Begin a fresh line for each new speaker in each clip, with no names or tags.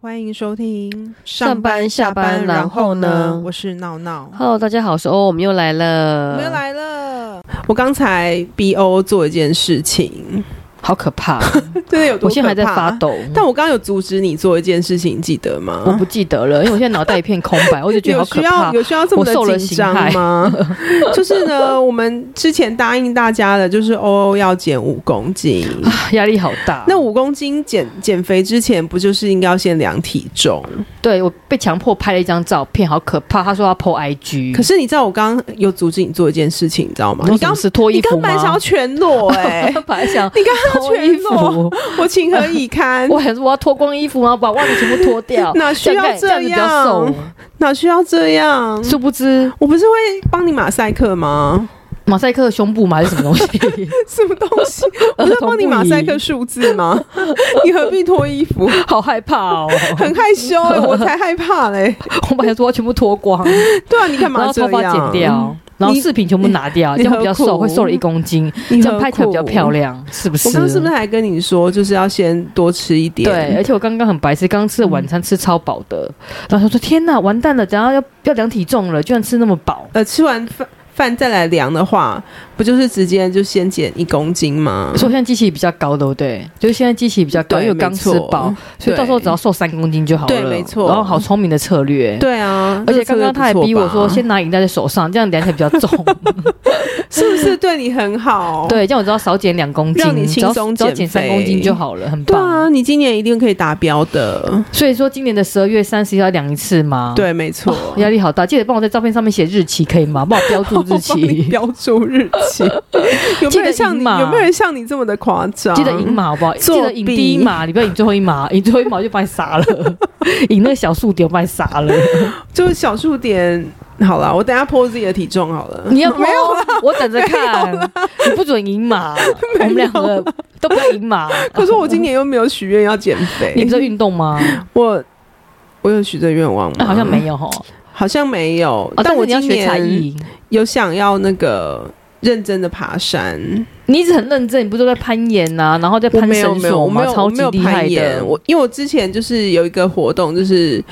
欢迎收听
上班下班然后呢
我是闹闹，
Hello，大家好，我是欧，我们又来
我
了，
们又，来了。我刚才 B O 做一件事 情，
好可怕！
真的有多
我现在还在
可怕
发。抖，
但我刚刚有阻止你做一件事情，你记得
我
吗？
不记得了，因为我现在脑袋一片空 白，我就觉
有
得好可
需要
怕。
有需要这么
我受
的
了
紧
刑
张
害
吗？ 就是呢，我们之前答应大家的，就是欧欧要减五公斤。
啊压力好大。
那五公斤减减肥之前，不就是应该要先量体重？
对我被强迫拍了一张照片，好可怕。他说要 po IG，
可是你知道我刚刚有阻止你做一件事情，你知道吗？
你
你
刚
刚
是脱
你
衣
刚
服
本来想要
吗？
全裸 哎、
本来想
你刚刚
脱
全
衣服
裸，，我情何以堪？，
我想说我要脱光衣服，然后把袜子全部脱掉
哪需要
这样看这样子比较
样？嗯
瘦。
哪需要这样？
殊不知
我不是会帮你马赛克吗？
马赛克的胸部嘛还是什么东西，
什么东西？ 我不是帮你马赛克数字吗？你何必脱衣 服？
好害怕哦！
很害羞、欸，我才害怕嘞。
我本来说要全部脱光。
对啊，你干
然
嘛
后
这
头发
样？嗯
剪掉，然后饰品全部拿掉，
你
这样比较
你何
瘦，
苦
会瘦了一公斤，
你
这
何
样拍起来比较
苦
漂。亮，是不是？
我刚刚是不是还跟你说，就是要先多吃一点？嗯
对，而且我刚刚很白痴，刚刚吃的晚餐吃超饱的，然后他说天哪，完蛋了，等下要要量体重了，居然吃那么饱，
呃，吃完饭饭再来量的话，不就是直接就先减一公斤吗？
所以我现在机器比较高，对不对？就是现在机器比较高，
嗯对
因为刚吃饱
没错，
所以到时候只要瘦三公斤就好了，
对没错
然后好聪明的策略，。
对啊，
而且刚刚他还逼我
这个策略
说，
不错吧
先拿饮料在手上，这样量起来比较重。
是不是对你很好？
对，这样我只要少减两公斤，
让你轻
只要
松
只要
减
减三
肥
公斤就好了，很
对
棒。嗯
啊，你今年一定可以达标的。
所以说今年的十二月三十要量一次吗？
对，没错。
哦，压力好大。记得帮我在照片上面写日期可以吗？帮我标注 日
我帮你
期，
标注日期，有没有人像你
记得赢嘛
有没有人像你这么的夸张？
记得赢码好不好？
作弊
记得赢第一码，你不要赢最后一码， 赢最后一码我就把你杀了， 赢那个小数点我把你 杀了。
就是小数点。好了，我等一下剖自己的体重好 了。
你要没有
啊
啦，我等着看，你不准 赢码，我们两个都不要赢码。
可是我今年又嗯没有许愿要减肥，
你不是运动吗？
我我有许这愿望吗？
啊好像没有哈，
好像没有。
哦
但
但
我
是你要
今
学
年
才艺。
有想要那个认真的爬山，
你一直很认真，你不是都在攀岩呐、然后在
我
哦攀
没有
绳
没有
索
我没
吗？
有
超
我
级
没有
厉害
攀
的
岩，。我因为我之前就是有一个活动，就是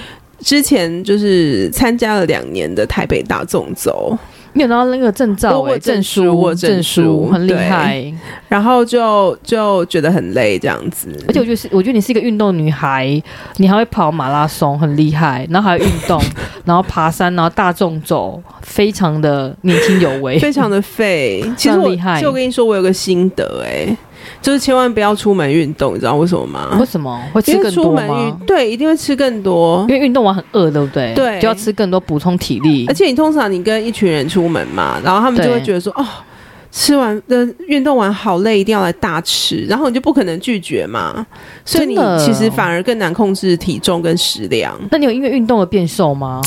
之前就是参加了两年的台北大纵走，
你有拿到那个证照、
我有
欸，
证
证
书我有证
证
书
很厉
对
害。
然后就就觉得很累这样子，
而且我觉得是，我觉得你是一个运动女孩，你还会跑马拉松，很厉害，然后还会运 动，然后爬山，然后大众走，非常的年轻有 为。
非常的 废。其实
很
我
厉害
其实我跟你说，我有个心得哎、就是千万不要出门运动，你知道为什么吗
为？什么会吃
因为
更
出
多
门
吗
运？对一定会吃更多
因，为运动完很饿，对不对？
对
就要吃更多补充体力
而。且你通常你跟一群人出门嘛，然后他们就会
对
觉得说哦。吃完的运动完好累，一定要来大吃，然后你就不可能拒绝嘛，所以你
真的
其实反而更难控制体重跟食量。
那你有因为运动而变瘦吗？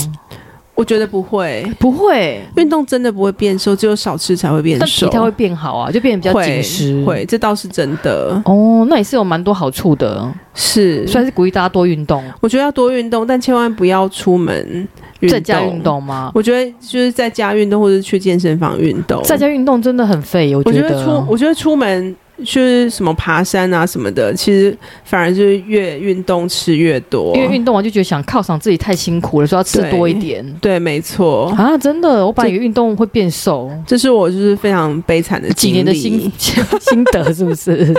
我觉得不会，
不会，
运动真的不会变瘦，只有少吃才会变
但体
瘦。
态会变好啊，就变得比较紧实。
会，这倒是真的。
哦，那也是有蛮多好处的，
是，
虽然是鼓励大家多运动，
我觉得要嗯多运动，但千万不要出门运动。
在家运，动吗？
我觉得就是在家运动，或者去健身房运动。
在家运动真的很废，哦我
我
觉
觉得出，我觉得出门就是什么爬山啊什么的，其实反而就是越运动吃越多。
因为运动完就觉得想犒赏自己太辛苦了，说要吃多一点
对，没错，
啊！真的，我本来以为运动会变瘦，
这是我就是非常悲惨的
几
经
年的
历
心 心得是不 是？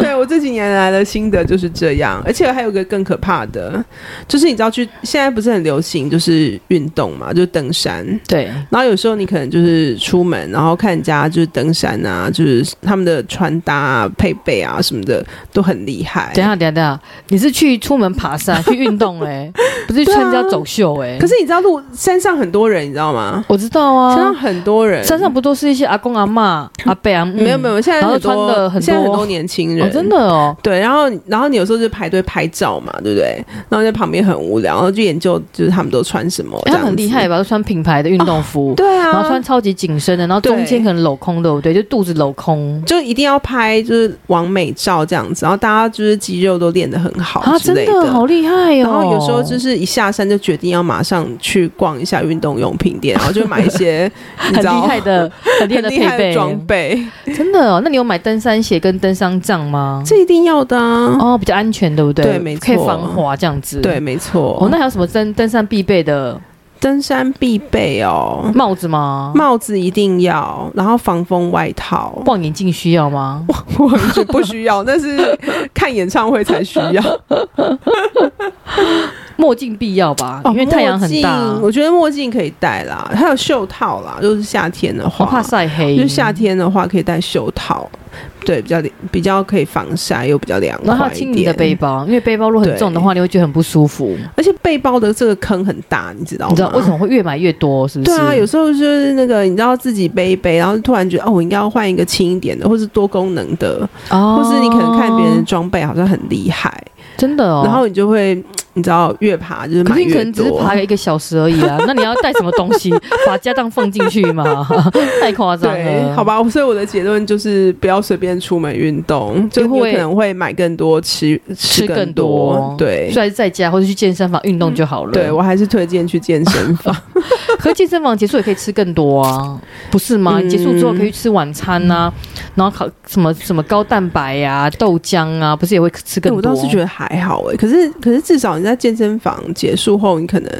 对我这几年来的心得就是这样，而且还有一个更可怕的，就是你知道去现在不是很流行就是运动嘛，就是登山。
对，
然后有时候你可能就是出门，然后看人家就是登山啊，就是他们的穿搭啊、配备啊什么的都很厉害。
等一下等一下等一下，你是去出门爬山去运动 嘞、不是去参加走秀哎、
可是你知道路山上很多人，你知道吗？
我知道
山上
啊，
很多人，嗯
山上不都是一些阿公阿嬷、阿伯阿姆？
没有没有，现在
然后
很多
穿得很多
现在很多年轻人、
哦，真的哦，
对，然后然后你有时候就排队拍照嘛，对不对？然后在旁边很无聊，然后就研究就是他们都穿什么，
哎他
这
们很
样
厉
子
害吧？都穿品牌的运动服，
对啊，
然后穿超级紧身的，然后中间可能镂空，对不对？就肚子镂空。
就一定要拍拍就是完美照这样子，然后大家就是肌肉都练得很好
啊，
之
真
类
的好厉害哦。
然后有时候就是一下山就决定要马上去逛一下运动用品 店，然后就买一些你
很
知道
厉害 的、很厉害
很
的
厉害
配
的
备，
装备，
真的哦。那你有买登山鞋跟登山杖吗？
这一定要的啊！
哦，比较安全，对不对？
对没错
可以防滑这样子。
对，。没错。
哦，那还有什么登登山必备的
登山必备哦，
帽子吗？，
帽子一定要，然后防风外套
望远镜需要吗？
我是不需要，但 是看演唱会才需要。
墨镜必要吧，
哦
因为太阳很大，
墨镜我觉得墨镜可以戴啦，还有袖套啦，就是夏天的
我
话，
怕晒黑。
就是夏，天的话可以戴袖套，对，比较比较可以防晒，又比较凉
然后
快
要
一
轻你的
点。
背包，因为背包如果很重的话，你会觉得很不舒服。
而且背包的这个坑很大，你知道吗？
你知道为什么会越买越多？是不是？
对啊，有时候就是那个，你知道自己背一背，然后突然觉得哦，我应该要换一个轻一点的，或是多功能的，
哦
或是你可能看别人的装备好像很厉害，
真的哦。
然后你就会你知道越爬就是
可
买
是你可
越
能只是
多。
爬个一个小时而已 啊，那你要带什么东西？把家当放进去吗？ 太夸张
对，
了，
好。吧，所以我的结论就是不要随便出门运动，就
因
你有
为
可能会买更多，吃
吃
更
更多
对
所以还是在家或者去健身房运动就好了。
对，我还是推荐去健身房。
可是健身房结束也可以吃更多啊，不是吗？
嗯
结束之后可以去吃晚餐呐、然后烤什么什么高蛋白呀、豆浆啊，不是也会吃 更
对
多？
我倒是觉得还好哎、可是可是至少你在健身房结束后，你可能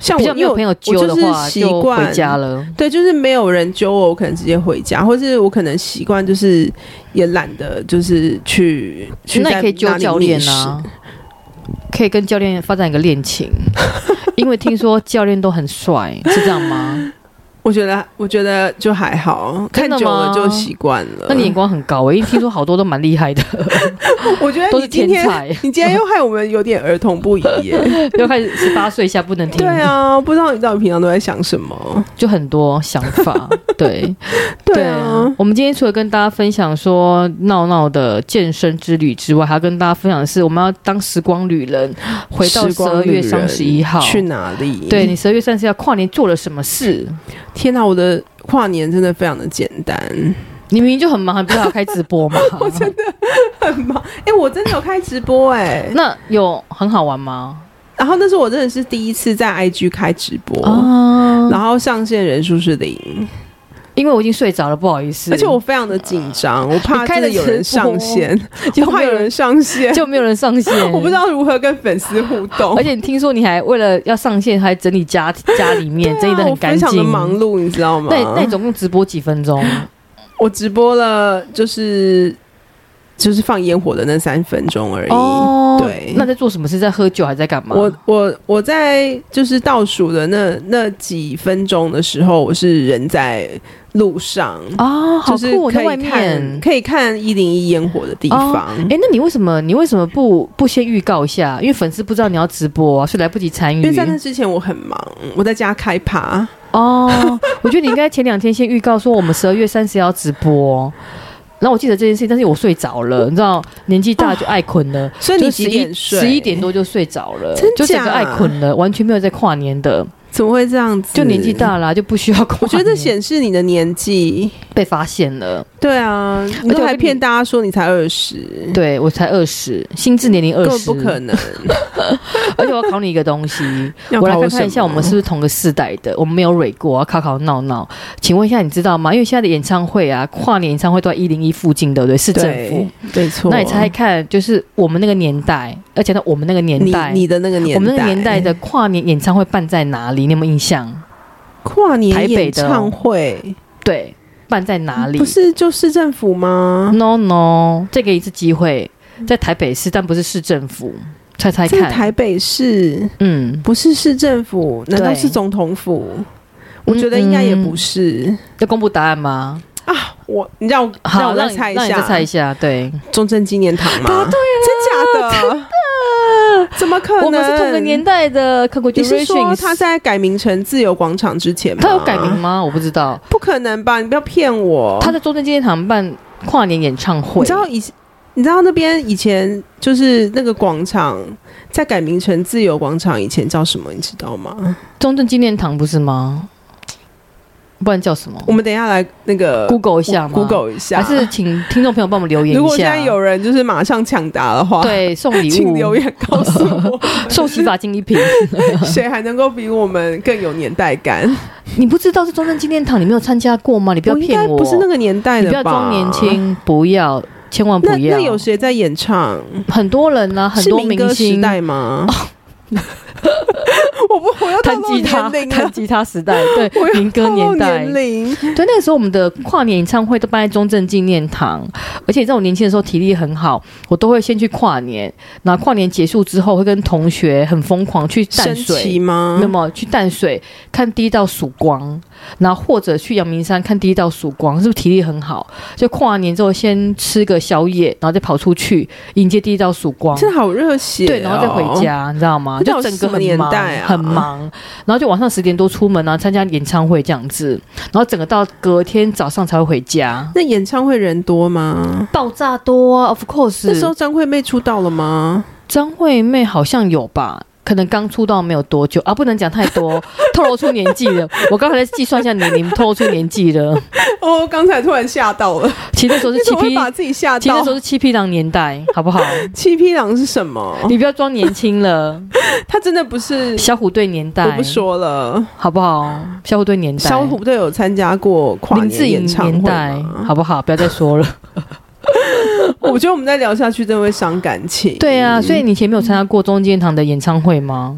像我，
比较没
因为
有
我
朋友揪的
我就
话，
是习惯
回家了。
对，就是没有人揪我，我可能直接回家，或是我可能习惯就是也懒得就是去去
那
在
也可以揪
哪里
教
觅
练
食
啊，可以跟教练发展一个恋情，因为听说教练都很帅，是这样吗？
我觉得我觉得就还好，看
真的
久了
吗
就习惯了。
那你眼光很高、欸，因为听说好多都蛮厉害的，
我觉得
都
哎你
是
今
天
天
才。
你今天又害我们有点儿童不宜 耶。
又开始十八岁以下不能听，
对啊，不知道你到底平常都在想什么？
就很多想 法，对
对啊，，
我们今天除了跟大家分享说闹闹的健身之旅之外，还要跟大家分享的是，我们要当时光旅人，回到
时
十
光
二月
旅
三
人
十一号。
去哪里？
对你十二月三十要跨年做了什么事？
天哪，我的跨年真的非常的简 单，
你明明就很忙，还不是还要开直播 吗？
很忙。哎、我真的有开直播哎、
那有很好玩吗？
然后那是我真的是第一次在 IG 开直播，
啊，
然后上线人数是零，
因为我已经睡着了，不好意思。
而且我非常的紧张，我怕
啊你开
真
了
的有人
直播
上线，
就
我
没
怕
有
有
人
人上线，
就没有人上线，
我不知。道如何跟粉丝互动
而。且你听说你还为了要上线，还整理家家里面，整理
对
的
啊
很
我
干
非常
净。
的忙碌，你知道吗？
那那你总共直播几分钟？
哎我直播了，就是就是放烟火的那三分钟而已。
哦
对
那在做什么事？在喝酒还是在干嘛？
我我我在就是倒数的那那几分钟的时候，我是人在路上，
啊，好
就是
酷！我
可
在外
以
面。
看可以看一零一烟火的地方。
哎，那你为什么你为什么不不先预告一下？因为粉丝不知道你要直播啊，所以来不及参
因为在那
与。
之前我很忙，我在家开趴，
哦，我觉得你应该前两天先预告说我们十二月三十要直播。然后我记得这件事情，但是我睡着了，你知道，年纪大就爱困了，
所以你几点睡？
十一点多就睡着了，
真
就整个
假
爱困了，完全没有在跨年的，
怎么会这样子？
就年纪，大啦，就不需要跨年。
我觉得这显示你的年纪。
被发现了，
对啊，你
而且
都
我
还
跟你
骗大家说你才二十，
对我才二十，心智年龄二
根本嗯
十，
不可能。
而且我要考你一个东西，
要
我来
考
看
什
看一下
么
我们是不是同个世代的。我们没有蕊过，我要考考闹闹。请问一下，你知道吗？因为现在的演唱会啊，跨年演唱会都在一零一附近，对不对？市政府
对。，没错。
那你猜看，就是我们那个年代，而且呢，我们那个年
你
代，
你的那个年代，
我们那个年代的跨年演唱会办在哪里？你有没有印象？
跨
台
年
北
演
的
唱会，
对，办在哪里？
啊
嗯
不是啊就市政府吗？
，no no，再给一次机会，在台北市，但不是市政府。猜猜
嗯在
看，
台北市，
嗯，
不是市政府，难道是总统府？我觉得应该也不是、
要公布答案吗？
啊。我，你让我让
嗯好，
我
让
再
你
猜一
让你再
下，
猜一下，对。
中正纪念堂吗？
答
对了，真假的？怎么可能？
我们是同个年。代的刻骨
你是
Generations
说啊他在改名成自由广场之前吗？
他有改名？吗？我不知道。
不可能吧！你不要骗我。
他在中正纪念堂办跨年演唱会，
你知道以你知道那边以前就是那个广场，在改名成自由广场以前叫什么？你知道吗？
中正纪念堂不是吗？不然叫什么
我们等一下来那个
Google 一下吗
Google 一下，
还是请听众朋友帮我们留言一下。
如果现在有人就是马上抢答的话，，
对送礼
请
物，
留言告诉 我，
送洗发精一瓶。
谁还能够比我们更有年代感？
你不知道是中正纪念堂，你没有参加过 吗？你不要
我应该
骗
不是那个年代
你
的吧？
不要装年。轻，不要，千万不
那
要。
那有谁在演唱？
很多人呢、很
是
多
民歌时
星
代吗？ 我不，我要
弹吉他，
到年龄
弹
了，
吉他时代，
我
对，
要
民歌
到
年代，
年龄。
对，那个时候我们的跨年演唱会都办在中正纪念堂，而且在我年轻的时候体力很好，我都会先去跨年，然后跨年结束之后会跟同学很疯狂去淡
升旗
水，
吗
没有？没有去淡水看第一道曙光，然后或者去阳明山看第一道曙光，是不是体力很好？就跨完年之后先吃个宵夜，然后再跑出去迎接第一道曙光。
这好热血、哦，
对，然后再回。家，你知道吗？
那到底
就整个
什么
很
年
忙，
代啊
很忙。然后就晚上十点多出门啊，参加演唱会这样子，然后整个到隔天早上才会回家。
那演唱会人多吗？
爆炸多啊，of course。
那时候张惠妹出道了 吗？
张惠妹好像有吧。可能刚出道没有多久啊，不能讲太 多，透露出年纪了。我刚才在计算一下年龄，透露出年纪了。
哦，刚才突然吓到了，
其实那时候是
你
七
怎么会
P，
把自己吓
其实那
到哦
时？候是七 P 狼年代，好不好？
七匹狼是什么？
你不要装年轻了，
他真的不是，
小虎队年代，
我不说了。
好不好？小虎队年代，
小虎队有参加过跨
林志
年
颖
演唱
年
会
代
吗，
好不好？不要再说了。
我觉得我们再聊下去真的会伤感情。
对啊，所以你以前没有参加过中间堂的演唱会吗？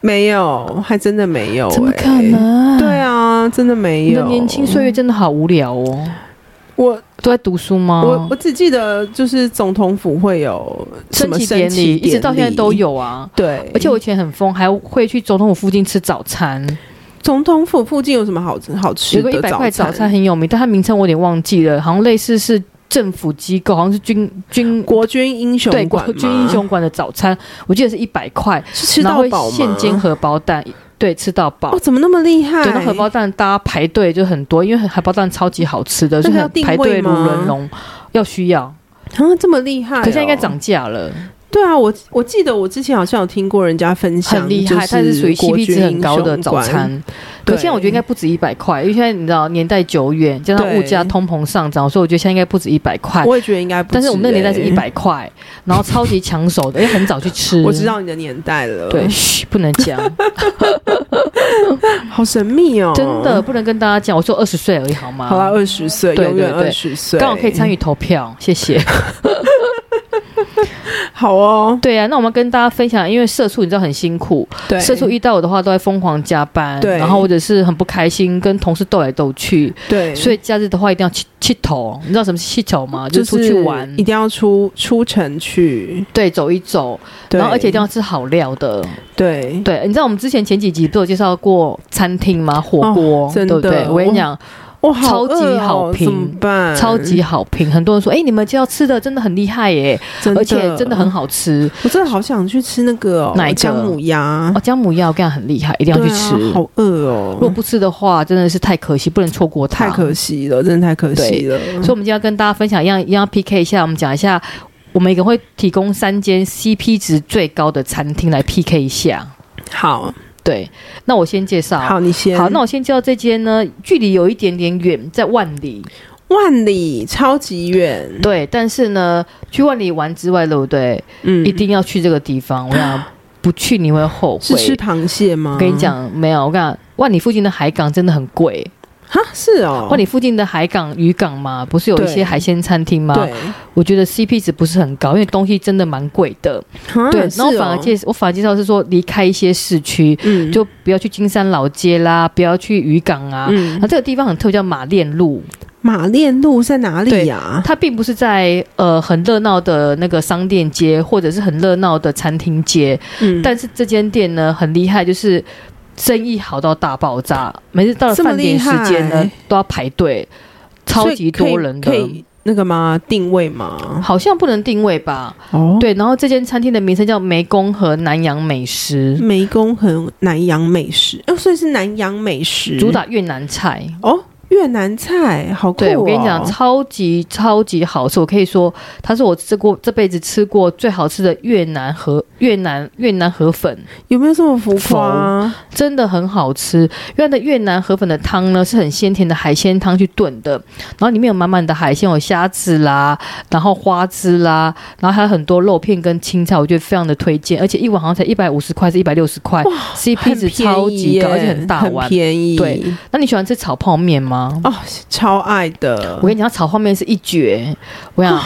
没有，还真的没有、欸，
怎么可？能？
对，啊，真的没
你
有。
的年轻岁月真的好无聊哦。
我
都在读书吗？
我我只记得就是总统府会有什
哦升
么
旗
升
典
旗嗯
礼一直到现在都。有啊。
对，
而且我以前很疯，还会去总统府附近吃早餐，
总统府附近有什么好好
有
吃
个一
的
百
早
块早餐很有名，但它名称我有点忘记了，好像类似是政府机构，好像是军军
国军英雄
对国
馆吗
军英雄馆的早餐，我记得是一百块，
是吃
然
到
后会
饱吗？
现煎荷包蛋，对，吃到饱
哦，。怎么那么厉害？
对，那荷包蛋大家排队就很多，因为荷包蛋超级好吃的，
那
所以
它要定
排队
位
如
吗
人龙，要需要。
啊，这么厉害哦、
可现在应该涨价了，
对啊，我我记得我之前好像有听过人家分享，
很厉害，
就
它是属于
国
CP
军
值很高的
英雄
早
馆。
餐。可
对
现在我觉得应该不止一百块，因为现在你知道年代久远，加上
对
物价通膨上涨，所以我觉得现在应该不止一百块。
我也觉得应该不、
但是我们那个年代是
欸
一。百块，然后超级抢手的，因为 很早去吃。
我知。道你的年代了，
对，，嘘，不能 讲，
好神秘哦，
真的。不能跟大家讲。我说二十岁而已，好吗？
好啦，二十岁，
对
永远
对对
二十岁，
刚好可以参
与。
与投票，谢谢。
好哦，
对啊，那我们跟大家分享，因为社畜你知道很辛苦，
对，
社畜一到五的话都在疯狂加班，
对
然后或者是很不开心，跟同事斗来斗去，
对，
所以假日的话一定要气气头，你知道什么是气头吗？
就是
出去玩，
一定要出出城去，
对，走一走，
对
然后而且一定要吃好料的。
对，
对，你知道我们之前前几集不是有介绍过餐厅吗？火锅，
哦真
对
的
不对？我跟你讲，
哇，好饿哦
超级好评
怎么办？
超级好评，很多人说，哎，你们介绍吃的真的很厉害耶，
真的，
而且真的很，好吃。
我真的好想去吃那个哦
哪一个
姜母鸭
哦，，姜母鸭我跟你讲很厉害，一定要去吃。
对啊好饿哦
如，果不吃的话，真的是太可惜，不能错过它。
太可惜了，真的太可惜了。
所以，我们今天要跟大家分享一样，一样 PK 一下，我们讲一下，我们一个会提供三间 CP 值最高的餐厅来 PK 一下。
好，
对，那我先介绍。
嗯好，你先。
好那我先介绍这间呢，距离有一点点远，在万里。
万里超级远，
对，但是呢，去万里玩之外，对不对？
嗯
一定要去这个地方。我想不去你会后
是嗯
悔。
吃螃蟹吗？
我跟你讲，没有，我跟你讲，万里附近的海港真的很贵。
哈，是哦，
万里附近的海港、渔港嘛，不是有一
对
些海鲜餐厅吗？
对，
我觉得 CP 值不是很高，因为东西真的蛮贵的。
哈
对，
是
然后反而
哦
介我反而介绍是说离开一些市区，
嗯
就不要去金山老街啦，不要去渔港啊。
嗯
然后，这个地方很特别，叫马恋路，
马恋路在哪里呀？
它并不是在呃很热闹的那个商店街，或者是很热闹的餐厅街，
嗯
但是这间店呢很厉害，就是生意好到大爆炸，每次到了
这么
饭点
厉
时
害
间呢都要排队，超
所以
级
可以
多人的
可，以那个吗？定位吗？
好像不能定位吧？
哦，
对，然后这间餐厅的名称叫湄公河南洋美食，
嗯湄公和南洋美食，哦，所以是南洋美食
主打越南菜。
哦，越南菜好酷、哦！
对，我跟你讲，超级超级好吃，我可以说它是我吃过这辈子吃过最好吃的越南河越南越南河粉，
有没有这么浮夸、啊？
真的很好吃。因为它的越南河粉的汤呢是很鲜甜的海鲜汤去炖的，然后里面有满满的海鲜，有虾子啦，然后花枝啦，然后还有很多肉片跟青菜，我觉得非常的推荐。而且一碗好像才一百五十块，是一百六十块，CP 值超级高，而且很大
很
碗。
便宜。
对，那你喜欢吃炒泡面吗？
哦，超爱的。
我跟你讲，炒泡面是一绝。我想、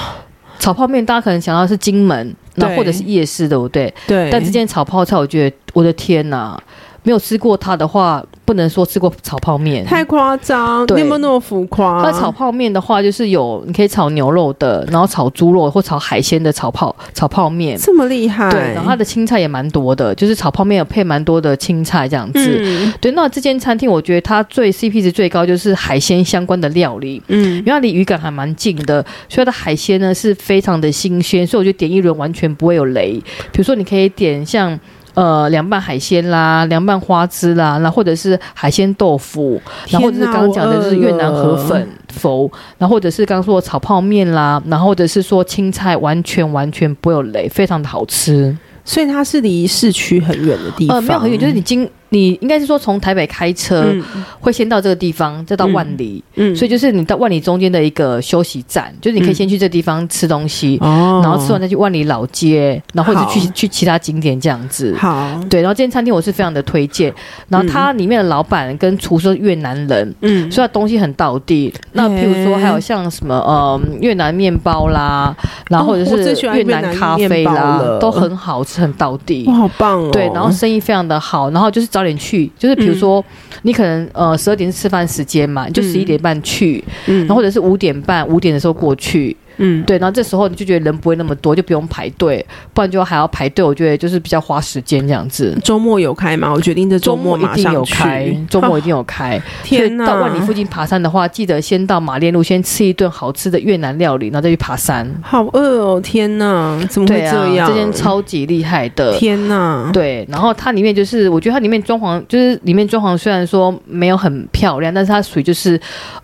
炒泡面，大家可能想到是金门，那
啊对
或者是夜市，对不对？
对，
但这件炒泡菜，我觉得我的天哪，没有吃过它的话，不能说吃过炒泡面。
太啊夸张，你
对
有没有那么浮夸？
它炒泡面的话，就是有你可以炒牛肉的，然后炒猪肉或炒海鲜的炒泡炒泡面。
这么厉害，
对，然后它的青菜也蛮多的，就是炒泡面有配蛮多的青菜这样子。
嗯
对，那这间餐厅我觉得它最 CP 值最高就是海鲜相关的料理，因
嗯，
为它离渔港还蛮近的，所以它的海鲜呢是非常的新鲜，所以我觉得点一轮完全不会有雷。比如说你可以点像。呃，凉拌海鲜啦，凉拌花枝啦，然后或者是海鲜豆腐，然后或者是
天哪
刚刚讲的就是越南河粉，否，然后或者是刚刚说的炒泡面啦，然后或者是说青菜，完全完全不会有雷，非常的好吃。
我饿了所以它是离市区很远的地方，
呃，没有很远，就是你经你应该是说从台北开车，
嗯
会先到这个地方，再到万里，
嗯
所以就是你到万里中间的一个休息站，就是你可以先去这地方吃东西，
哦，
然后吃完再去万里老街，然后或者是去去其他景点这样子。
好，
对，然后这间餐厅我是非常的推荐，然后它里面的老板跟厨师都是越南人，
嗯，
所以它东西很道地。那譬如说还有像什么呃越南面包啦，然后或者
哦我最喜
是
欢越南
南咖啡
面包
啦，
了
都很好吃，很道地。
哇，好棒哦，
对，然后生意非常的好，然后就是早点去，就是比如说、你可能呃十二点是吃饭时间嘛，你就
嗯
十一点半去，
嗯，
然后或者是五点半五点的时候过去，
嗯，
对，然后这时候你就觉得人不会那么多，就不用排队，不然就还要排队，我觉得就是比较花时间这样子。
周末有开吗？我决定这周末
末一
马
定
上
有
去
开，周末
啊
一定有 开。
天
所
哪，
以到万里附近爬山的话，记得先到马恋路先吃一顿好吃的越南料理，然后再去爬山。
好饿哦，天哪，怎么会
对啊，
这样？
这间超级厉害的。
天哪，
对，然后它里面就是，我觉得它里面装潢就是里面装潢虽然说没有很漂亮，但是它属于就是，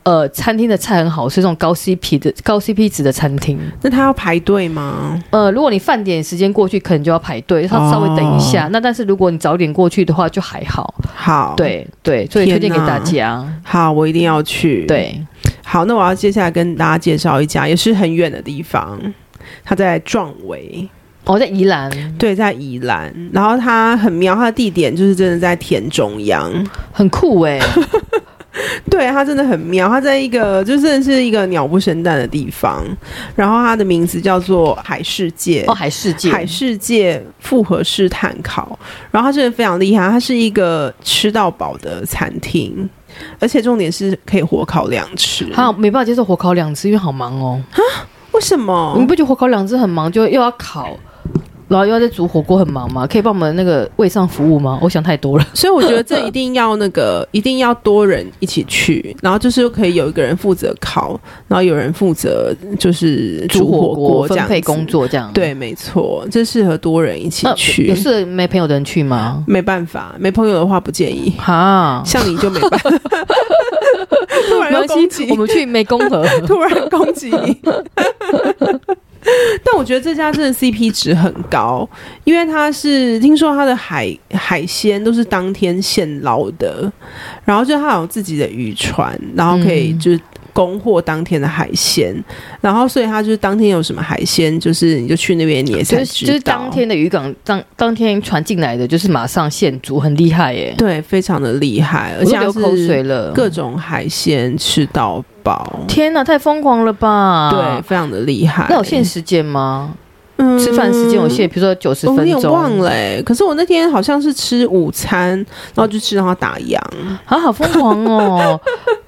呃，餐厅的菜很好吃，这种高 CP 的高 CP 值的餐厅。
那他要排队吗？
呃，如果你饭点时间过去，可能就要排队，它稍微等一下。那但是如果你早点过去的话，就还好。
好，，
对对，所以推荐给
天哪
大家。
好，我一定要去。，
对，
好，那我要接下来跟大家介绍一家，也是很远的地方，它在壮围，
我、哦在宜兰，
对，在宜兰。然后它很妙，它的地点就是真的在田中央，
很酷哎、
对，它真的很妙，它在一个就真的是一个鸟不生蛋的地方。然后它的名字叫做海世界。
哦，海世界，
海世界复合式碳烤，然后它真的非常厉害，它是一个吃到饱的餐厅，而且重点是可以火烤两吃。
好，没办法接受火烤两次，因为好忙哦。
为什么？
你不觉得火烤两只很忙，就又要烤，然后又要再煮火锅，很忙吗？可以帮我们那个位上服务吗？我想太 多了。
所以我觉得这一定要那 个，一定要多人一起去，然后就是可以有一个人负责烤，然后有人负责就是煮火锅这
分
样
配
子。
工作这样。，
对，没错，这适合多人一起
那
去
有。是没朋友的人去吗？
没办法，没朋友的话不建议，
哈，
像你就没 办法。 突然
没
要攻
关系，
击
我，们去湄公河。
突然攻击你。 但我觉得这家真的 CP 值很高，因为它是听说它的海海鲜都是当天现捞的，然后就它有自己的渔船，然后可以
嗯
就是供货当天的海鲜，然后所以它就是当天有什么海鲜，就是你就去那边你也
就
才
是
知道，
就是当天的渔港，当当天传进来的，就是马上现煮，很厉害耶！
对非常的厉害，而
我
且
都
它
流口水
是
了。
各种海鲜吃到饱，
天哪，太疯狂了吧！
对，，非常的厉害。
那有限时间吗？
嗯
吃饭时间有限，比如说九十
哦我有
分
点
钟。
忘了、欸，可是我那天好像是吃午餐，然后就吃到它打烊。
啊，好疯 狂哦！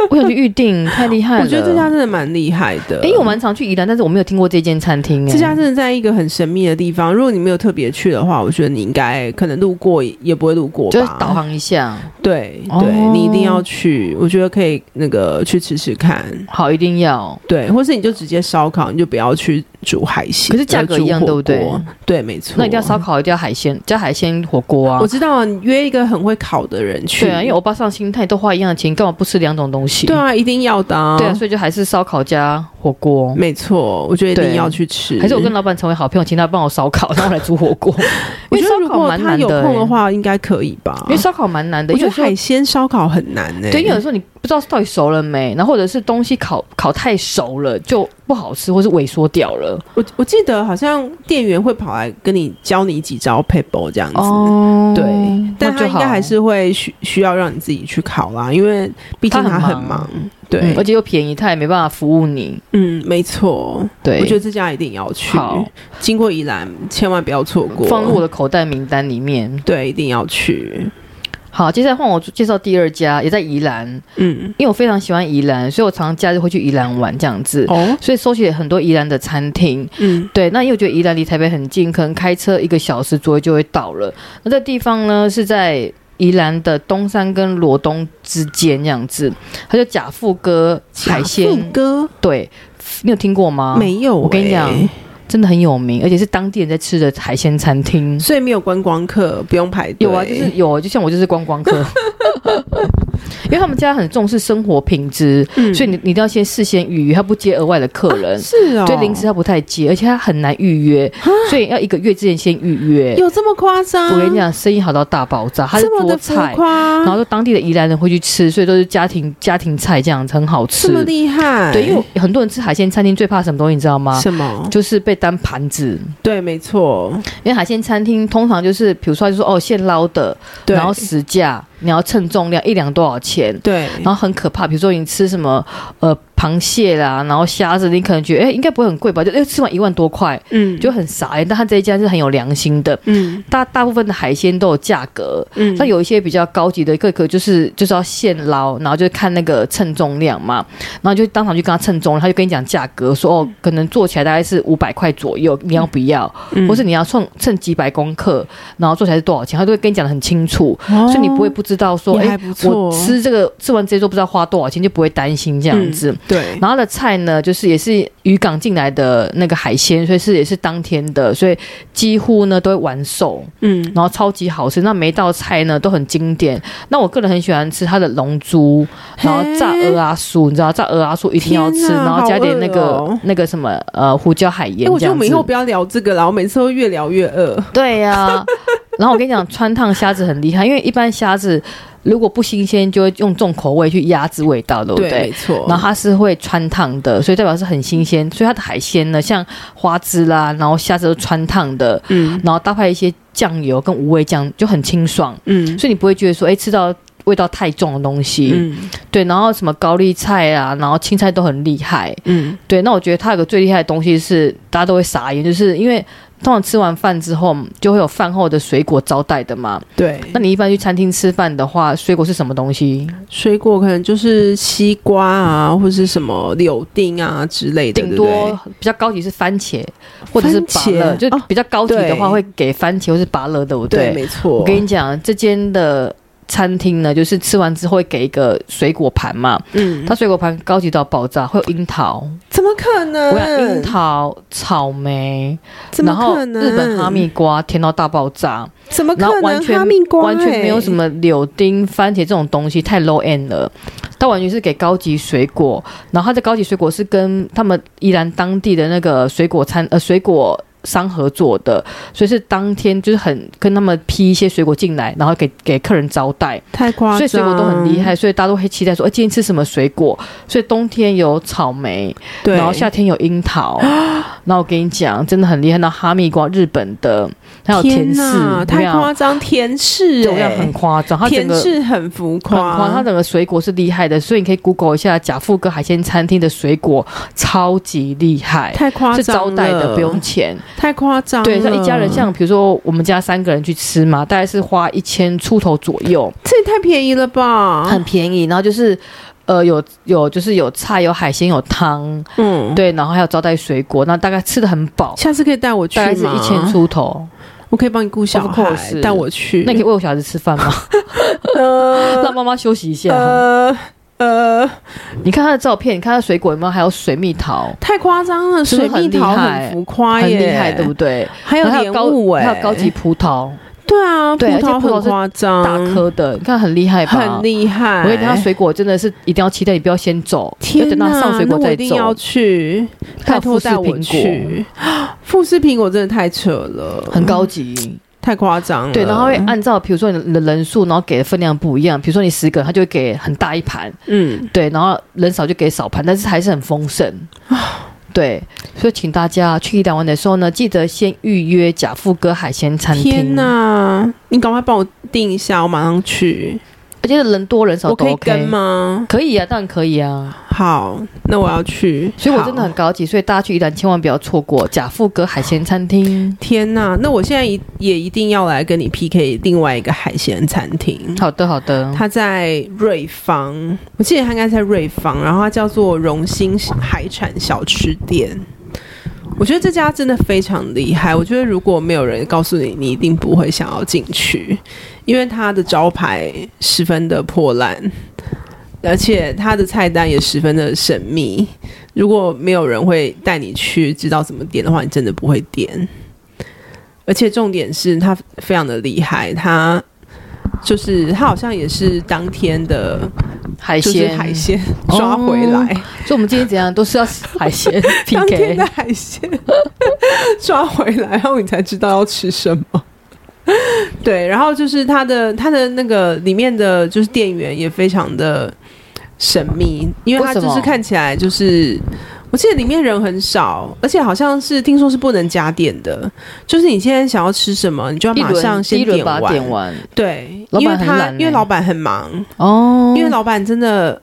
我想去预定，太厉害了。
我觉得这家真的蛮厉害的。
哎、我蛮常去宜兰，但是我没有听过这间餐厅、诶
这家真的在一个很神秘的地方，如果你没有特别去的话，我觉得你应该可能路过也不会路过
就是
吧。
导航一下，
对对，
哦
你一定要去，我觉得可以那个去吃吃看。
好，一定要。
对，或是你就直接烧烤，你就不要去煮海鲜，
可是价格一样
呃煮火锅
对不对？
对，没错。
那一定要烧烤，一定要海鲜，加海鲜火锅啊
我。知道你约一个很会烤的人去，
对啊，因为欧巴上心态都花一样的钱，干嘛不吃两种东西？
对啊，一定要的、啊
对啊，所以就还是烧烤加火锅。
没错，我觉得一定
对
要去吃。
还是我跟老板成为好朋友，请他帮我烧烤，然后我来煮火锅。
我
因
觉
为
得如
烧烤
果
蛮
他
难
有
的、
空的
欸，
话，应该可以吧？
因为烧烤蛮难的，
我
因
觉得
为有时候
海鲜烧烤很难欸呢、
对，因为有时候你不知道到底熟了没，然后或者是东西烤烤太熟了就不好吃，或是萎缩掉了。
我我记得好像店员会跑来跟你教你几招 p a p e 这样子。
哦
对，但
那
他
就
应该
好
还是会需需要让你自己去烤啦，因为毕竟
他很
很
忙
忙。
嗯
对，
而且又便宜，他也没办法服务你。
嗯，没错，
对，
我觉得这家一定要去
好，
经过宜兰千万不要错过。
放入我的口袋名单里面。
对，一定要去。
好，接下来换我介绍第二家，也在宜兰，
嗯，
因为我非常喜欢宜兰，所以我常常假日会去宜兰玩这样子。
哦，
所以搜寻很多宜兰的餐厅，
嗯，
对，那因为我觉得宜兰离台北很近，可能开车一个小时左右就会到了。那这地方呢是在宜兰的东山跟罗东之间这样子，它叫贾富哥海鲜，
哥
对，你有听过吗？，
没有、
我跟你
欸
讲，真的很有名，而且是当地人在吃的海鲜餐厅。
所以没有观光客，不用排队。
有啊，就是有啊，就像我就是观光客， 因为他们家很重视生活品质，
嗯
所以你你一定要先事先预约，他不接额外的客人。
是哦，啊
对，临时他不太接，而且他很难预约，所以要一个月之前先预约。
有这么夸张？
我跟你讲，生意好到大爆炸，他是
这么
做
的浮
菜，
夸，
然后就当地的宜兰人会去吃，所以都是家庭家庭菜这样子，很好吃
这。么厉害？
对，因为啊很多人吃海鲜餐厅最怕什么东西，你知道吗？
什么？
就是被当盘子，
对，没错，
因为海鲜餐厅通常就是，比如说他就说哦现捞的，
对，
然后实价，你要称重量，一两多少钱，
对，
然后很可怕。比如说你吃什么呃螃蟹啦，然后虾子，你可能觉得哎应该不会很贵吧，就哎吃完一万多块，
嗯，
就很傻眼。但他这一家是很有良心的，
嗯
大大部分的海鲜都有价格，
嗯，
那有一些比较高级的，个个就是就是要现捞，然后就看那个称重量嘛，然后就当场就跟他称重，他就跟你讲价格，说哦，可能做起来大概是五百块左右，你要不要？
嗯
或是你要称称几百公克，然后做起来是多少钱？他都会跟你讲的很清楚，
哦
所以你不会不知道说，
也
哎、
还不错哦
我吃这个吃完这一桌不知道花多少钱，就不会担心这样子。
嗯对，
然后它的菜呢，就是也是渔港进来的那个海鲜，所以是也是当天的，所以几乎呢都会完售，
嗯，
然后超级好吃。那每一道菜呢都很经典。那我个人很喜欢吃它的龙珠，然后炸
嘿
鹅阿酥，你知道炸鹅阿酥一定要吃，
天啊
然后加点那个、
好饿哦
那个什么呃胡椒海
哎、
盐
我觉得我
这样
们以
子。
后不要聊这个了，我每次都越聊越饿。
对呀、然后我跟你讲，川烫虾子很厉害，因为一般虾子如果不新鲜，就会用重口味去压制味哦道，对不
没错。
然后它是会穿烫的，所以代表是很新鲜。所以它的海鲜呢，像花枝啦，然后虾子都穿烫的，
嗯
然后搭配一些酱油跟无味酱，就很清爽，
嗯
所以你不会觉得说，哎，吃到味道太重的东西。
嗯
对，然后什么高丽菜啊，然后青菜都很厉害。
嗯，
对，那我觉得它有个最厉害的东西是，大家都会傻眼，就是因为。通常吃完饭之后，就会有饭后的水果招待的嘛。
对。
那你一般去餐厅吃饭的话，水果是什么东西？
水果可能就是西瓜啊，或是什么柳丁啊之类的，对
顶
不
多
对
比较高级是番茄，或者是芭乐，
番茄
就比较高级的话
哦
会给番茄或是芭乐，对不
对，
对？
没错。
我跟你讲，这间的餐厅呢，就是吃完之后会给一个水果盘嘛，
嗯，
它水果盘高级到爆炸，会有樱桃，
怎么可
我想
能
樱？桃、草莓，
嗯怎么
然后
可能？
日本哈密瓜甜到大爆炸，
怎么
然后
可
完
能？
全
哈密瓜、欸
完全没有什
么。
么柳丁、番茄这种东西，太 low end 了。它完全是给高级水果，然后它的高级水果是跟他们宜兰当地的那个水果餐呃水果商合作的，所以是当天就是很跟他们批一些水果进来，然后给给客人招待，
太夸张，
所以水果都很厉害，所以大家都会期待说，哎、今天吃什么水果？所以冬天有草莓，
对，
然后夏天有樱 桃，然后我跟你讲，真的很厉害。那哈密瓜，日本的，还有
天
甜
呐
柿，
太夸张，甜柿
这样
哎
很夸张，它整
甜
个。
柿很浮
很
夸，
夸张，它整个水果是厉害的，所以你可以 Google 一下贾富哥海鲜餐厅的水果，超级厉害，
太夸张
是招待的，
了啊
不用钱。
太夸张了。
对，像一家人，像比如说我们家三个人去吃嘛，大概是花一千出头左右，
这也太便宜了吧？
很便宜。然后就是，呃，有有就是有菜，有海鲜，有汤，
嗯，
对，然后还有招待水果，那大概吃的很饱，
下次可以带我去
大
吗？
概是一千，出头。
我可以帮你顾小
Of
孩，
course
带我去。
那你可以喂我小孩子吃饭吗？
嗯 呃
啊让妈妈休息一下。
呃，呃，
你看它的照片，你看它水果有没有还有水蜜桃，
太夸张了，
是不
水
是很
蜜桃
厉害
很浮夸
很
耶，
厉害，对不对？
还有
然后
莲
高
雾哎，
还有高级葡萄，
对啊，葡
对而且
萄
葡萄
很
是
夸张，
大颗的，你看很厉害吧？
嗯很厉害，
我跟你讲，它水果真的是一定要期待，你不要先走，要
天
等到上水果
那我
再
一定要
走。
去，
还
拜
有
托
富士
带我
苹
去。 富士苹果真的太扯了，
很高级，
太夸张了。
对，然后它会啊按照比如说你的人数，然后给的分量不一样。比如说你十个人，它就会给很大一盘，
嗯，
对，然后人少就给少盘，但是还是很 丰盛。对，所以请大家去宜兰玩的时候呢，记得先预约贾富哥海鲜餐厅。
天哪！你赶快帮我订一下，我马上去。
而且人多人少
我
都
可以
OK。
跟吗？
可以啊，当然可以啊，
好，那我要去。
所以我
好
真的很高级，所以大家去宜兰千万不要错过贾富哥海鲜餐厅。
天哪！那我现在一也一定要来跟你 PK 另外一个海鲜餐厅。
好的，好的，
它在瑞芳，我记得它应该在瑞芳，然后它叫做荣兴海产小吃店。我觉得这家真的非常厉害，我觉得如果没有人告诉你，你一定不会想要进去，因为它的招牌十分的破烂，而且它的菜单也十分的神秘。如果没有人会带你去知道怎么点的话，你真的不会点。而且重点是它非常的厉害，它就是它好像也是当天的，
海
就是
鲜，哦
海鲜抓回来，
所以我们今天怎样都是要海鲜
当天
PK
的。海鲜 抓回来，然后你才知道要吃什么。对，然后就是它的它的那个里面的就是店员也非常的神秘，因为它
为什
就
么
是看起来就是。我记得里面人很少，而且好像是听说是不能加点的，就是你现在想要吃什么，你就要
一
马上
轮第
先
一轮
点
把它
完。
点完
对，
老
因为
板很
他
懒
因为
欸
老板很忙，
哦，
因为老板真的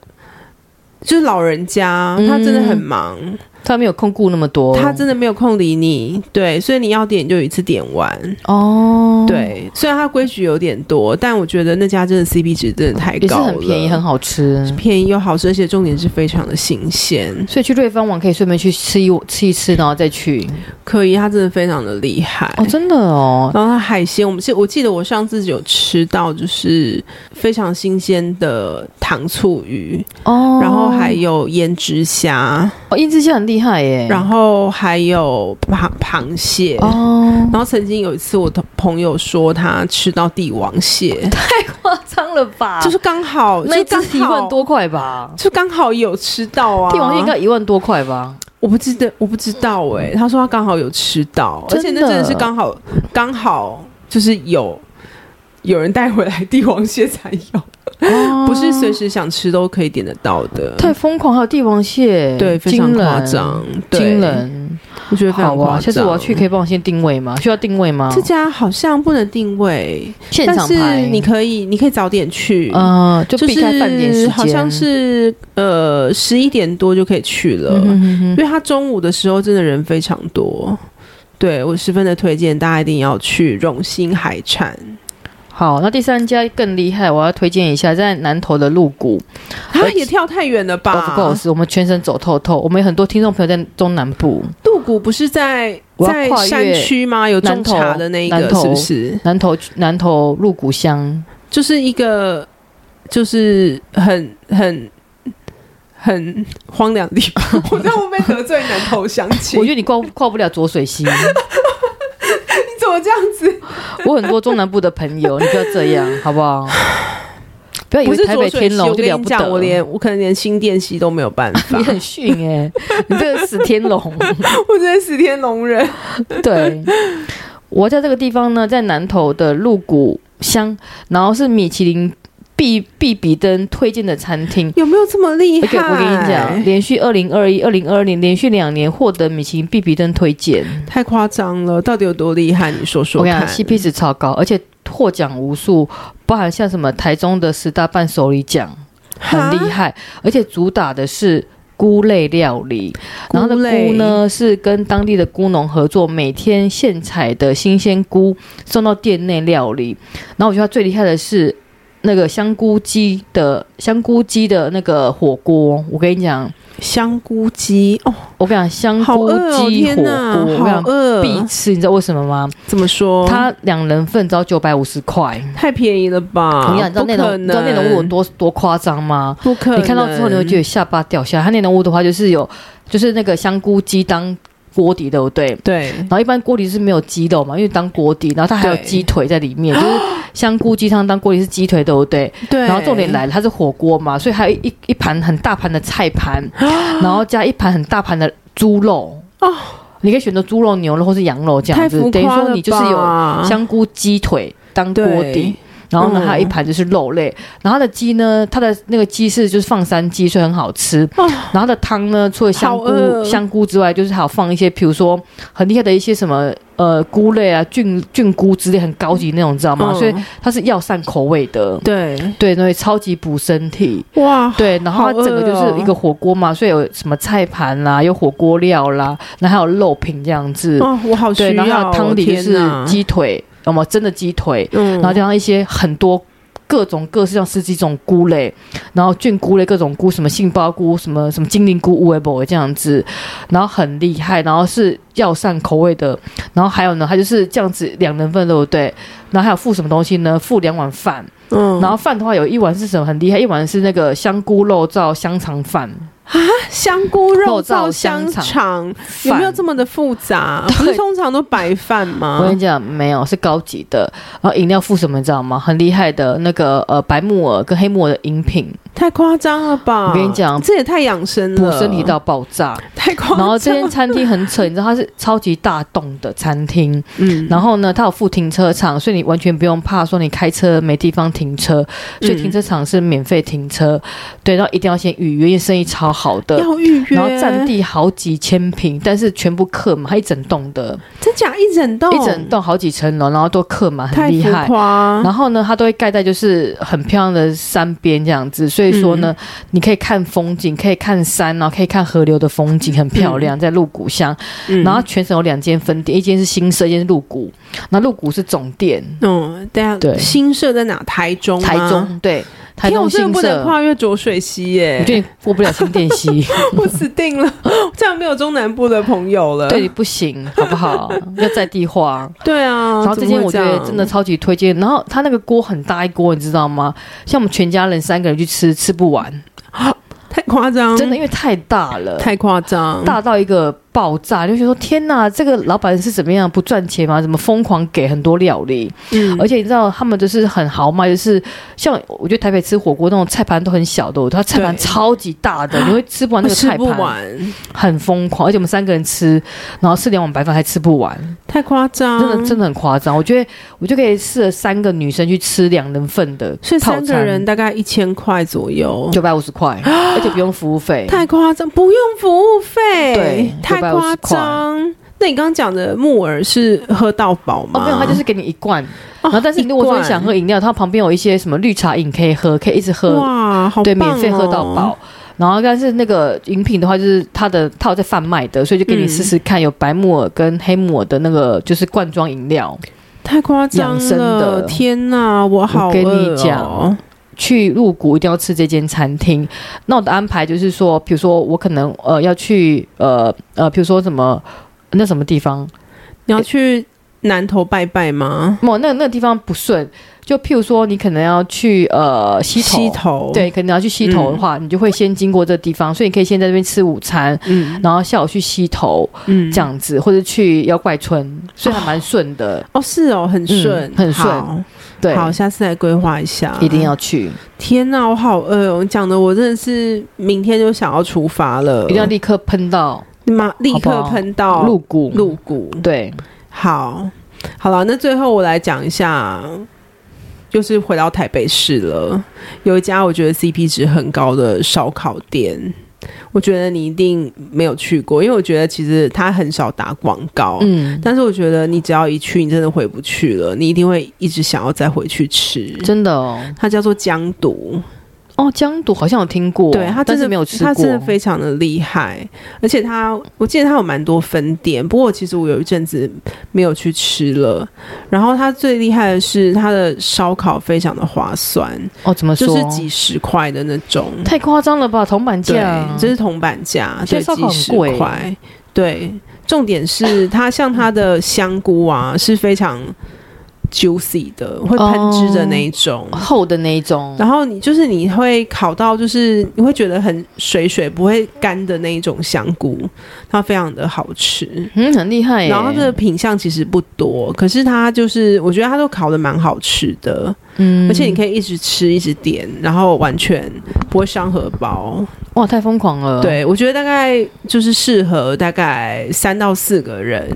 就是老人家，
嗯
他真的很忙，
他没有空顾那么多，
他真的没有空理你。对，所以你要点就一次点完。
哦，，
对，虽然它规矩有点多，但我觉得那家真的 CP 值真的太
也是
高了，
很便宜，很好吃。
便宜又好吃，而且重点是非常的新鲜。
所以去瑞芳玩可以顺便去吃一吃一吃，然后再去
可以，它真的非常的厉害。
哦，真的哦，
然后它海鲜，我们记我记得我上次有吃到，就是非常新鲜的糖醋鱼，
哦，
然后还有胭脂虾，
哦，燕之蟹很厉害耶，
然后还有螃螃蟹。
哦，
然后曾经有一次，我的朋友说他吃到帝王蟹，
夸张了吧？
就是刚好，
那
就
一
刚
只一万
好，
多块吧，
就刚好有吃到啊。
帝王蟹应该一万多块吧？
我不记得，我不知道哎、他说他刚好有吃到，而
欸真的
且那真的是刚好，刚好就是有有人带回来帝王蟹才有，
哦
不是随时想吃都可以点得到的。
太疯狂，还有帝王蟹，
对，非常
惊人
夸张，对
惊，人。
我觉得非常
好
夸
啊，
张。
下次我要去，可啊以帮我先定位吗？需要定位吗？
这家好像不能定位，
现
但
场拍，
是你可以，你可以早点去，
呃，就避开饭店时
是
间，
好像是呃十一点多就可以去了，
嗯哼哼哼
因为他中午的时候真的人非常多。对我十分的推荐，大家一定要去荣兴海产。
好，那第三家更厉害，我要推荐一下，在南投的鹿谷
他啊也跳太远了
o f
吧？
course，我们全省走透透，我们有很多听众朋友在中南部，
杜谷不是在
我要
在
跨越
山区吗？有种
南投
茶的那一个
南投
是不是？
南投南投鹿谷乡，
就是一个就是很很很荒凉的地 方。我知道我被得罪南投乡亲，
我
你
觉得你跨跨不了浊 水溪，
怎么这样子？
我很多中南部的朋友，你不要这样，好不好？不要以
不
为
是
台北
浊水
天
溪，
龙
我
就
跟
了
你
不
讲，
得，
我连我可能连新店溪都没有办法
你，很逊哎、你这个死天龙。
我真的死天龙人。
对，我在这个地方呢，在南投的鹿谷乡，然后是米其林必必比登推荐的餐厅。
有没有这么厉
而
害？欸
且我跟你讲，，连续二零二一、二零二零连续两年获得米其林必比登推荐，
太夸张了，到底有多厉害？你说
我
说
跟你讲
看。
，CP 值超高，而且获奖无数，包含像什么台中的十大伴手礼奖，很厉
哈，
害，而且主打的是。菇类料理，然后的
类
菇？呢是跟当地的菇农合作，每天现采的新鲜菇送到店内料理。然后我觉得它最厉害的是那个香菇鸡的香菇鸡的那个火锅，我跟你讲，
香菇鸡哦，
我跟你讲，香
好
菇
饿哦！
鸡
天
火锅，
哪，
我跟
好
你讲
饿！哦
必吃，你知道为什么吗？
怎么说？
它两人份只要九百五十块。
太便宜了吧？
我跟你讲，你知道
不
内
可
容，你知道内容物有
能，
多多夸张吗？
不可能。
你看到之后，你会觉得下巴掉下来。它内容物的话，就是有，就是那个香菇鸡当锅底，对不对？
对，
然后一般锅底是没有鸡肉嘛，因为当锅底，然后它还有
对
鸡腿在里面，就是香菇鸡汤当锅底是鸡腿，对不对？
啊对。
然后重点来了，它是火锅嘛，所以还有一一一盘很大盘的菜盘，
啊
然后加一盘很大盘的猪肉
哦
你可以选择猪肉、牛肉或是羊肉这
太
样子
浮，
等于
夸
说
了
你就是有
吧
香菇鸡腿当锅底
对。
然后呢，
嗯
还有一盘就是肉类，然后它的鸡呢，它的那个鸡是就是放山鸡，所以很好吃。
哦
然后它的汤呢，除了香
好饿
菇香菇之外，就是还有放一些，比如说很厉害的一些什么呃菇类啊、菌菌菇之类，很高级那种，你知道吗？
嗯
所以它是药膳口味的，
对，
对，所以超级补身体。
哇，
对，然后它
好饿哦
整个就是一个火锅嘛，所以有什么菜盘啦，有火锅料啦，然后还有肉品这样子。
哦，我好需
对，
要
然后它的
哦
汤底就
天
是
哪
鸡腿，有没有真的鸡腿？
嗯
然后加上一些很多各种各式像十几种菇类，然后菌菇类各种菇，什么杏鲍菇，什么什么精灵菇、乌龟卜这样子，然后很厉害，然后是药膳口味的，然后还有呢，它就是这样子两人份对不对？然后还有附什么东西呢？附两碗饭，
嗯
然后饭的话有一碗是什么很厉害，一碗是那个香菇肉燥香肠饭，
香菇肉
肉燥
燥香
香
肠，有
饭
没有这么的复杂？
对
不是通常都白饭吗
我？跟你讲，没有是高级的，然后饮料附什么你知道吗？很厉害的那个呃白木耳跟黑木耳的饮品，
太夸张了吧！
我跟你讲
这也太养生了，
补身体到爆炸。
太夸 张。
然后这间餐厅很扯，你知道它是超级大栋的餐厅，
嗯
然后呢，它有附停车场，所以你完全不用怕说你开车没地方停车，所以
嗯
停车场是免费停车。对，然后一定要先预约，因为生意超好的。
要预约，
然后占地好几千平，但是全部客满，它一整栋的，
真假一整栋，
一整栋好几层楼，然后都客满，
哦太
很厉
浮
害。
夸。
然后呢，它都会盖在就是很漂亮的山边这样子，所以说呢，
嗯
你可以看风景，可以看山，然后可以看河流的风景，很漂亮，在鹿谷乡。
嗯
然后全省有两间分店，一间是新社，一间是鹿谷。那鹿谷是总店，
嗯，对啊，
对
新社在哪？台中吗，
台中对，台
天啊，
中
我真的
新
不能
社。
跨越欸浊水溪
我
耶，
觉得你过不了新店溪，
我死定了， 再也没有中南部的朋友了。
对你不行，好 不好？要在地化。
对啊，
然后
怎
这
么
间
会
我觉得
样
真的超级推荐。然后它那个锅很大一锅，你知道吗？像我们全家人三个人去吃，吃不完，
太夸张，
真的因为太大了，
嗯太嗯夸张，
大到一个爆炸，就觉得说天哪，这个老板是怎么样不赚钱吗？怎么疯狂给很多料理？
嗯
而且你知道他们就是很豪迈，就是像我觉得台北吃火锅那种菜盘都很小的，它菜盘
对
超级大的，你 会吃不完那个
哦吃
菜
不
盘，
完，
很疯狂。而且我们三个人吃，然后吃两碗白饭还吃不完，
太夸张，
真的真的很夸张。我觉得我就可以适合三个女生去吃两人份的
所以
套
三个人
餐，
大概一千块左右，
九百五 十块，而且不用服务费。
太夸张，不用服务费，
对
太
950
夸张。那你刚刚讲的木耳是喝到饱吗？
哦，没有，他就是给你一罐，
哦
然后但是如果说你想
一
喝饮料，它旁边有一些什么绿茶饮可以喝，可以一直
罐
喝，
哇，好
对，
棒哦
免费喝到饱。然后但是那个饮品的话，就是它的它有在贩卖的，所以就给你
嗯
试试看，有白木耳跟黑木耳的那个就是罐装饮料。
太夸张
养生
了！
的
天哪，我好、哦、
我跟你讲，去入谷一定要吃这间餐厅。那我的安排就是说，比如说我可能呃要去呃呃，比如说什么那什么地方，
你要去南头拜拜吗？
哦，那那个地方不顺，就譬如说你可能要去呃西头。
溪头，嗯
对，，可能要去溪头的话，你就会先经过这地方，所以你可以先在这边吃午餐，
嗯
然后下午去溪头
嗯，
这样子，或者去妖怪村，所以还蛮顺的。
哦，是哦，很顺、
嗯很顺
好
对，
好，下次来规划一下，
一定。要去，
天哪，我好饿哦！你讲的我真的是明天就想要出发了，
一定要立刻喷到
妈立
好
刻
不好
喷到
哦鹿谷。
露骨。
对，
好，好了，那最后我来讲一下，就是回到台北市了，有一家我觉得 CP 值很高的烧烤店。我觉得你一定没有去过，因为我觉得其实它很少打广告，
嗯，
但是我觉得你只要一去，你真的回不去了，你一定会一直想要再回去吃。
真的哦，
它叫做江毒，
哦，江肚好像有听过，
对他
但
真
是
的
没有吃过。
他真的非常的厉害，而且他我记得他有蛮多分店，不过其实我有一阵子没有去吃了。然后他最厉害的是他的烧烤非常的划算，
哦，怎么说？
就是几十块的那种，
太夸张了吧，铜板价
对，这是铜板价，
现
对，
在烧烤
几
很
十
贵
块，对。重点是它像它的香菇啊是非常 juicy 的，会
哦
喷汁的那一种。
厚的那一种。
然后你就是你会烤到，就是你会觉得很水水不会干的那一种香菇，它非常的好吃。
嗯，很厉害耶。
然后它的品相其实不多，可是它就是我觉得它都烤的蛮好吃的，
嗯
而且你可以一直吃一直点，然后完全不会伤荷包。
哇，太疯狂了。，
对我觉得大概就是适合大概三到四个人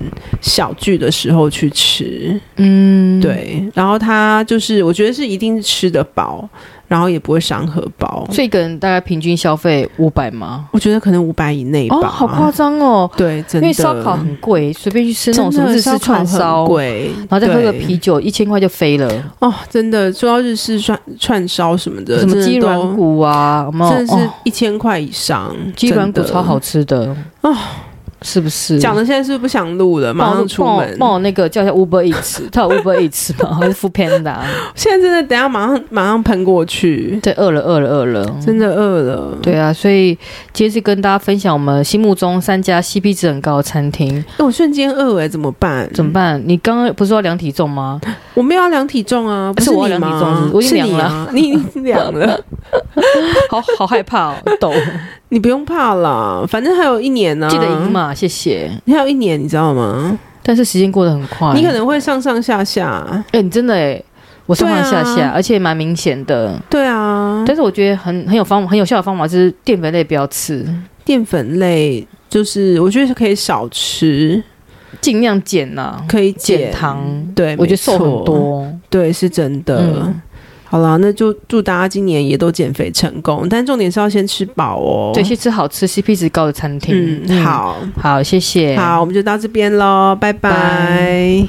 小聚的时候去吃。
嗯，
对，然后它就是我觉得是一定吃得饱，然后也不会伤荷包。
所以一个人大概平均消费五百吗？
我觉得可能五百以内吧。
哦，好夸张哦，
对，真
因
的。
为烧烤很贵，随便去吃
真
那
的
种什么日
烧
式
烤
串
很
烧，
贵，
然后再喝个
对
啤酒，一千块就飞了。
哦，真的说到日式串串烧什么的，
什么
真的
鸡
都
软骨啊，有没有
真的是
哦
一千块以上，
鸡
真
软骨
的
超好。吃的
哦，
是不是？
讲的现在是不是不想录了，马上出
帮我
门。
帮我那个叫一下 Uber Eats，他有 Uber Eats 吗？还是 Food Panda？
现在真的，等一下马上马上喷过去，
对，饿了饿了饿了。
真的饿了。
对啊，所以今天是跟大家分享我们心目中三家 CP 值很高的餐厅，
哎我瞬间饿哎，怎么办？
怎么办？你刚刚不是说要量体重吗？
我没有要量体重啊，不
是我
你
要量体
吗
重是不是我已经
是
量
你
了
啊，你已经量 了，
好好害怕哦， 抖，
你不用怕啦，反正还有一年呢、
记得赢嘛，谢谢。
你还有一年，你知道吗？
但是时间过得很快，
你可能会上上下下，
哎、你真的哎、我上上下
对
下，
啊
而且蛮明显的。
对啊，
但是我觉得很很有方很有效的方法就是淀粉类不要吃，
淀粉类就是我觉得是可以少吃，
尽量减呐、
可以
减
减，
糖。
对，
我觉得瘦
没
很
错，
多，
对，是真的。
嗯
好啦，那就祝大家今年也都减肥成功，但重点是要先吃饱哦。
对，去吃好吃 CP 值高的餐厅。
嗯，好，
好，谢谢，
好，我们就到这边喽，拜拜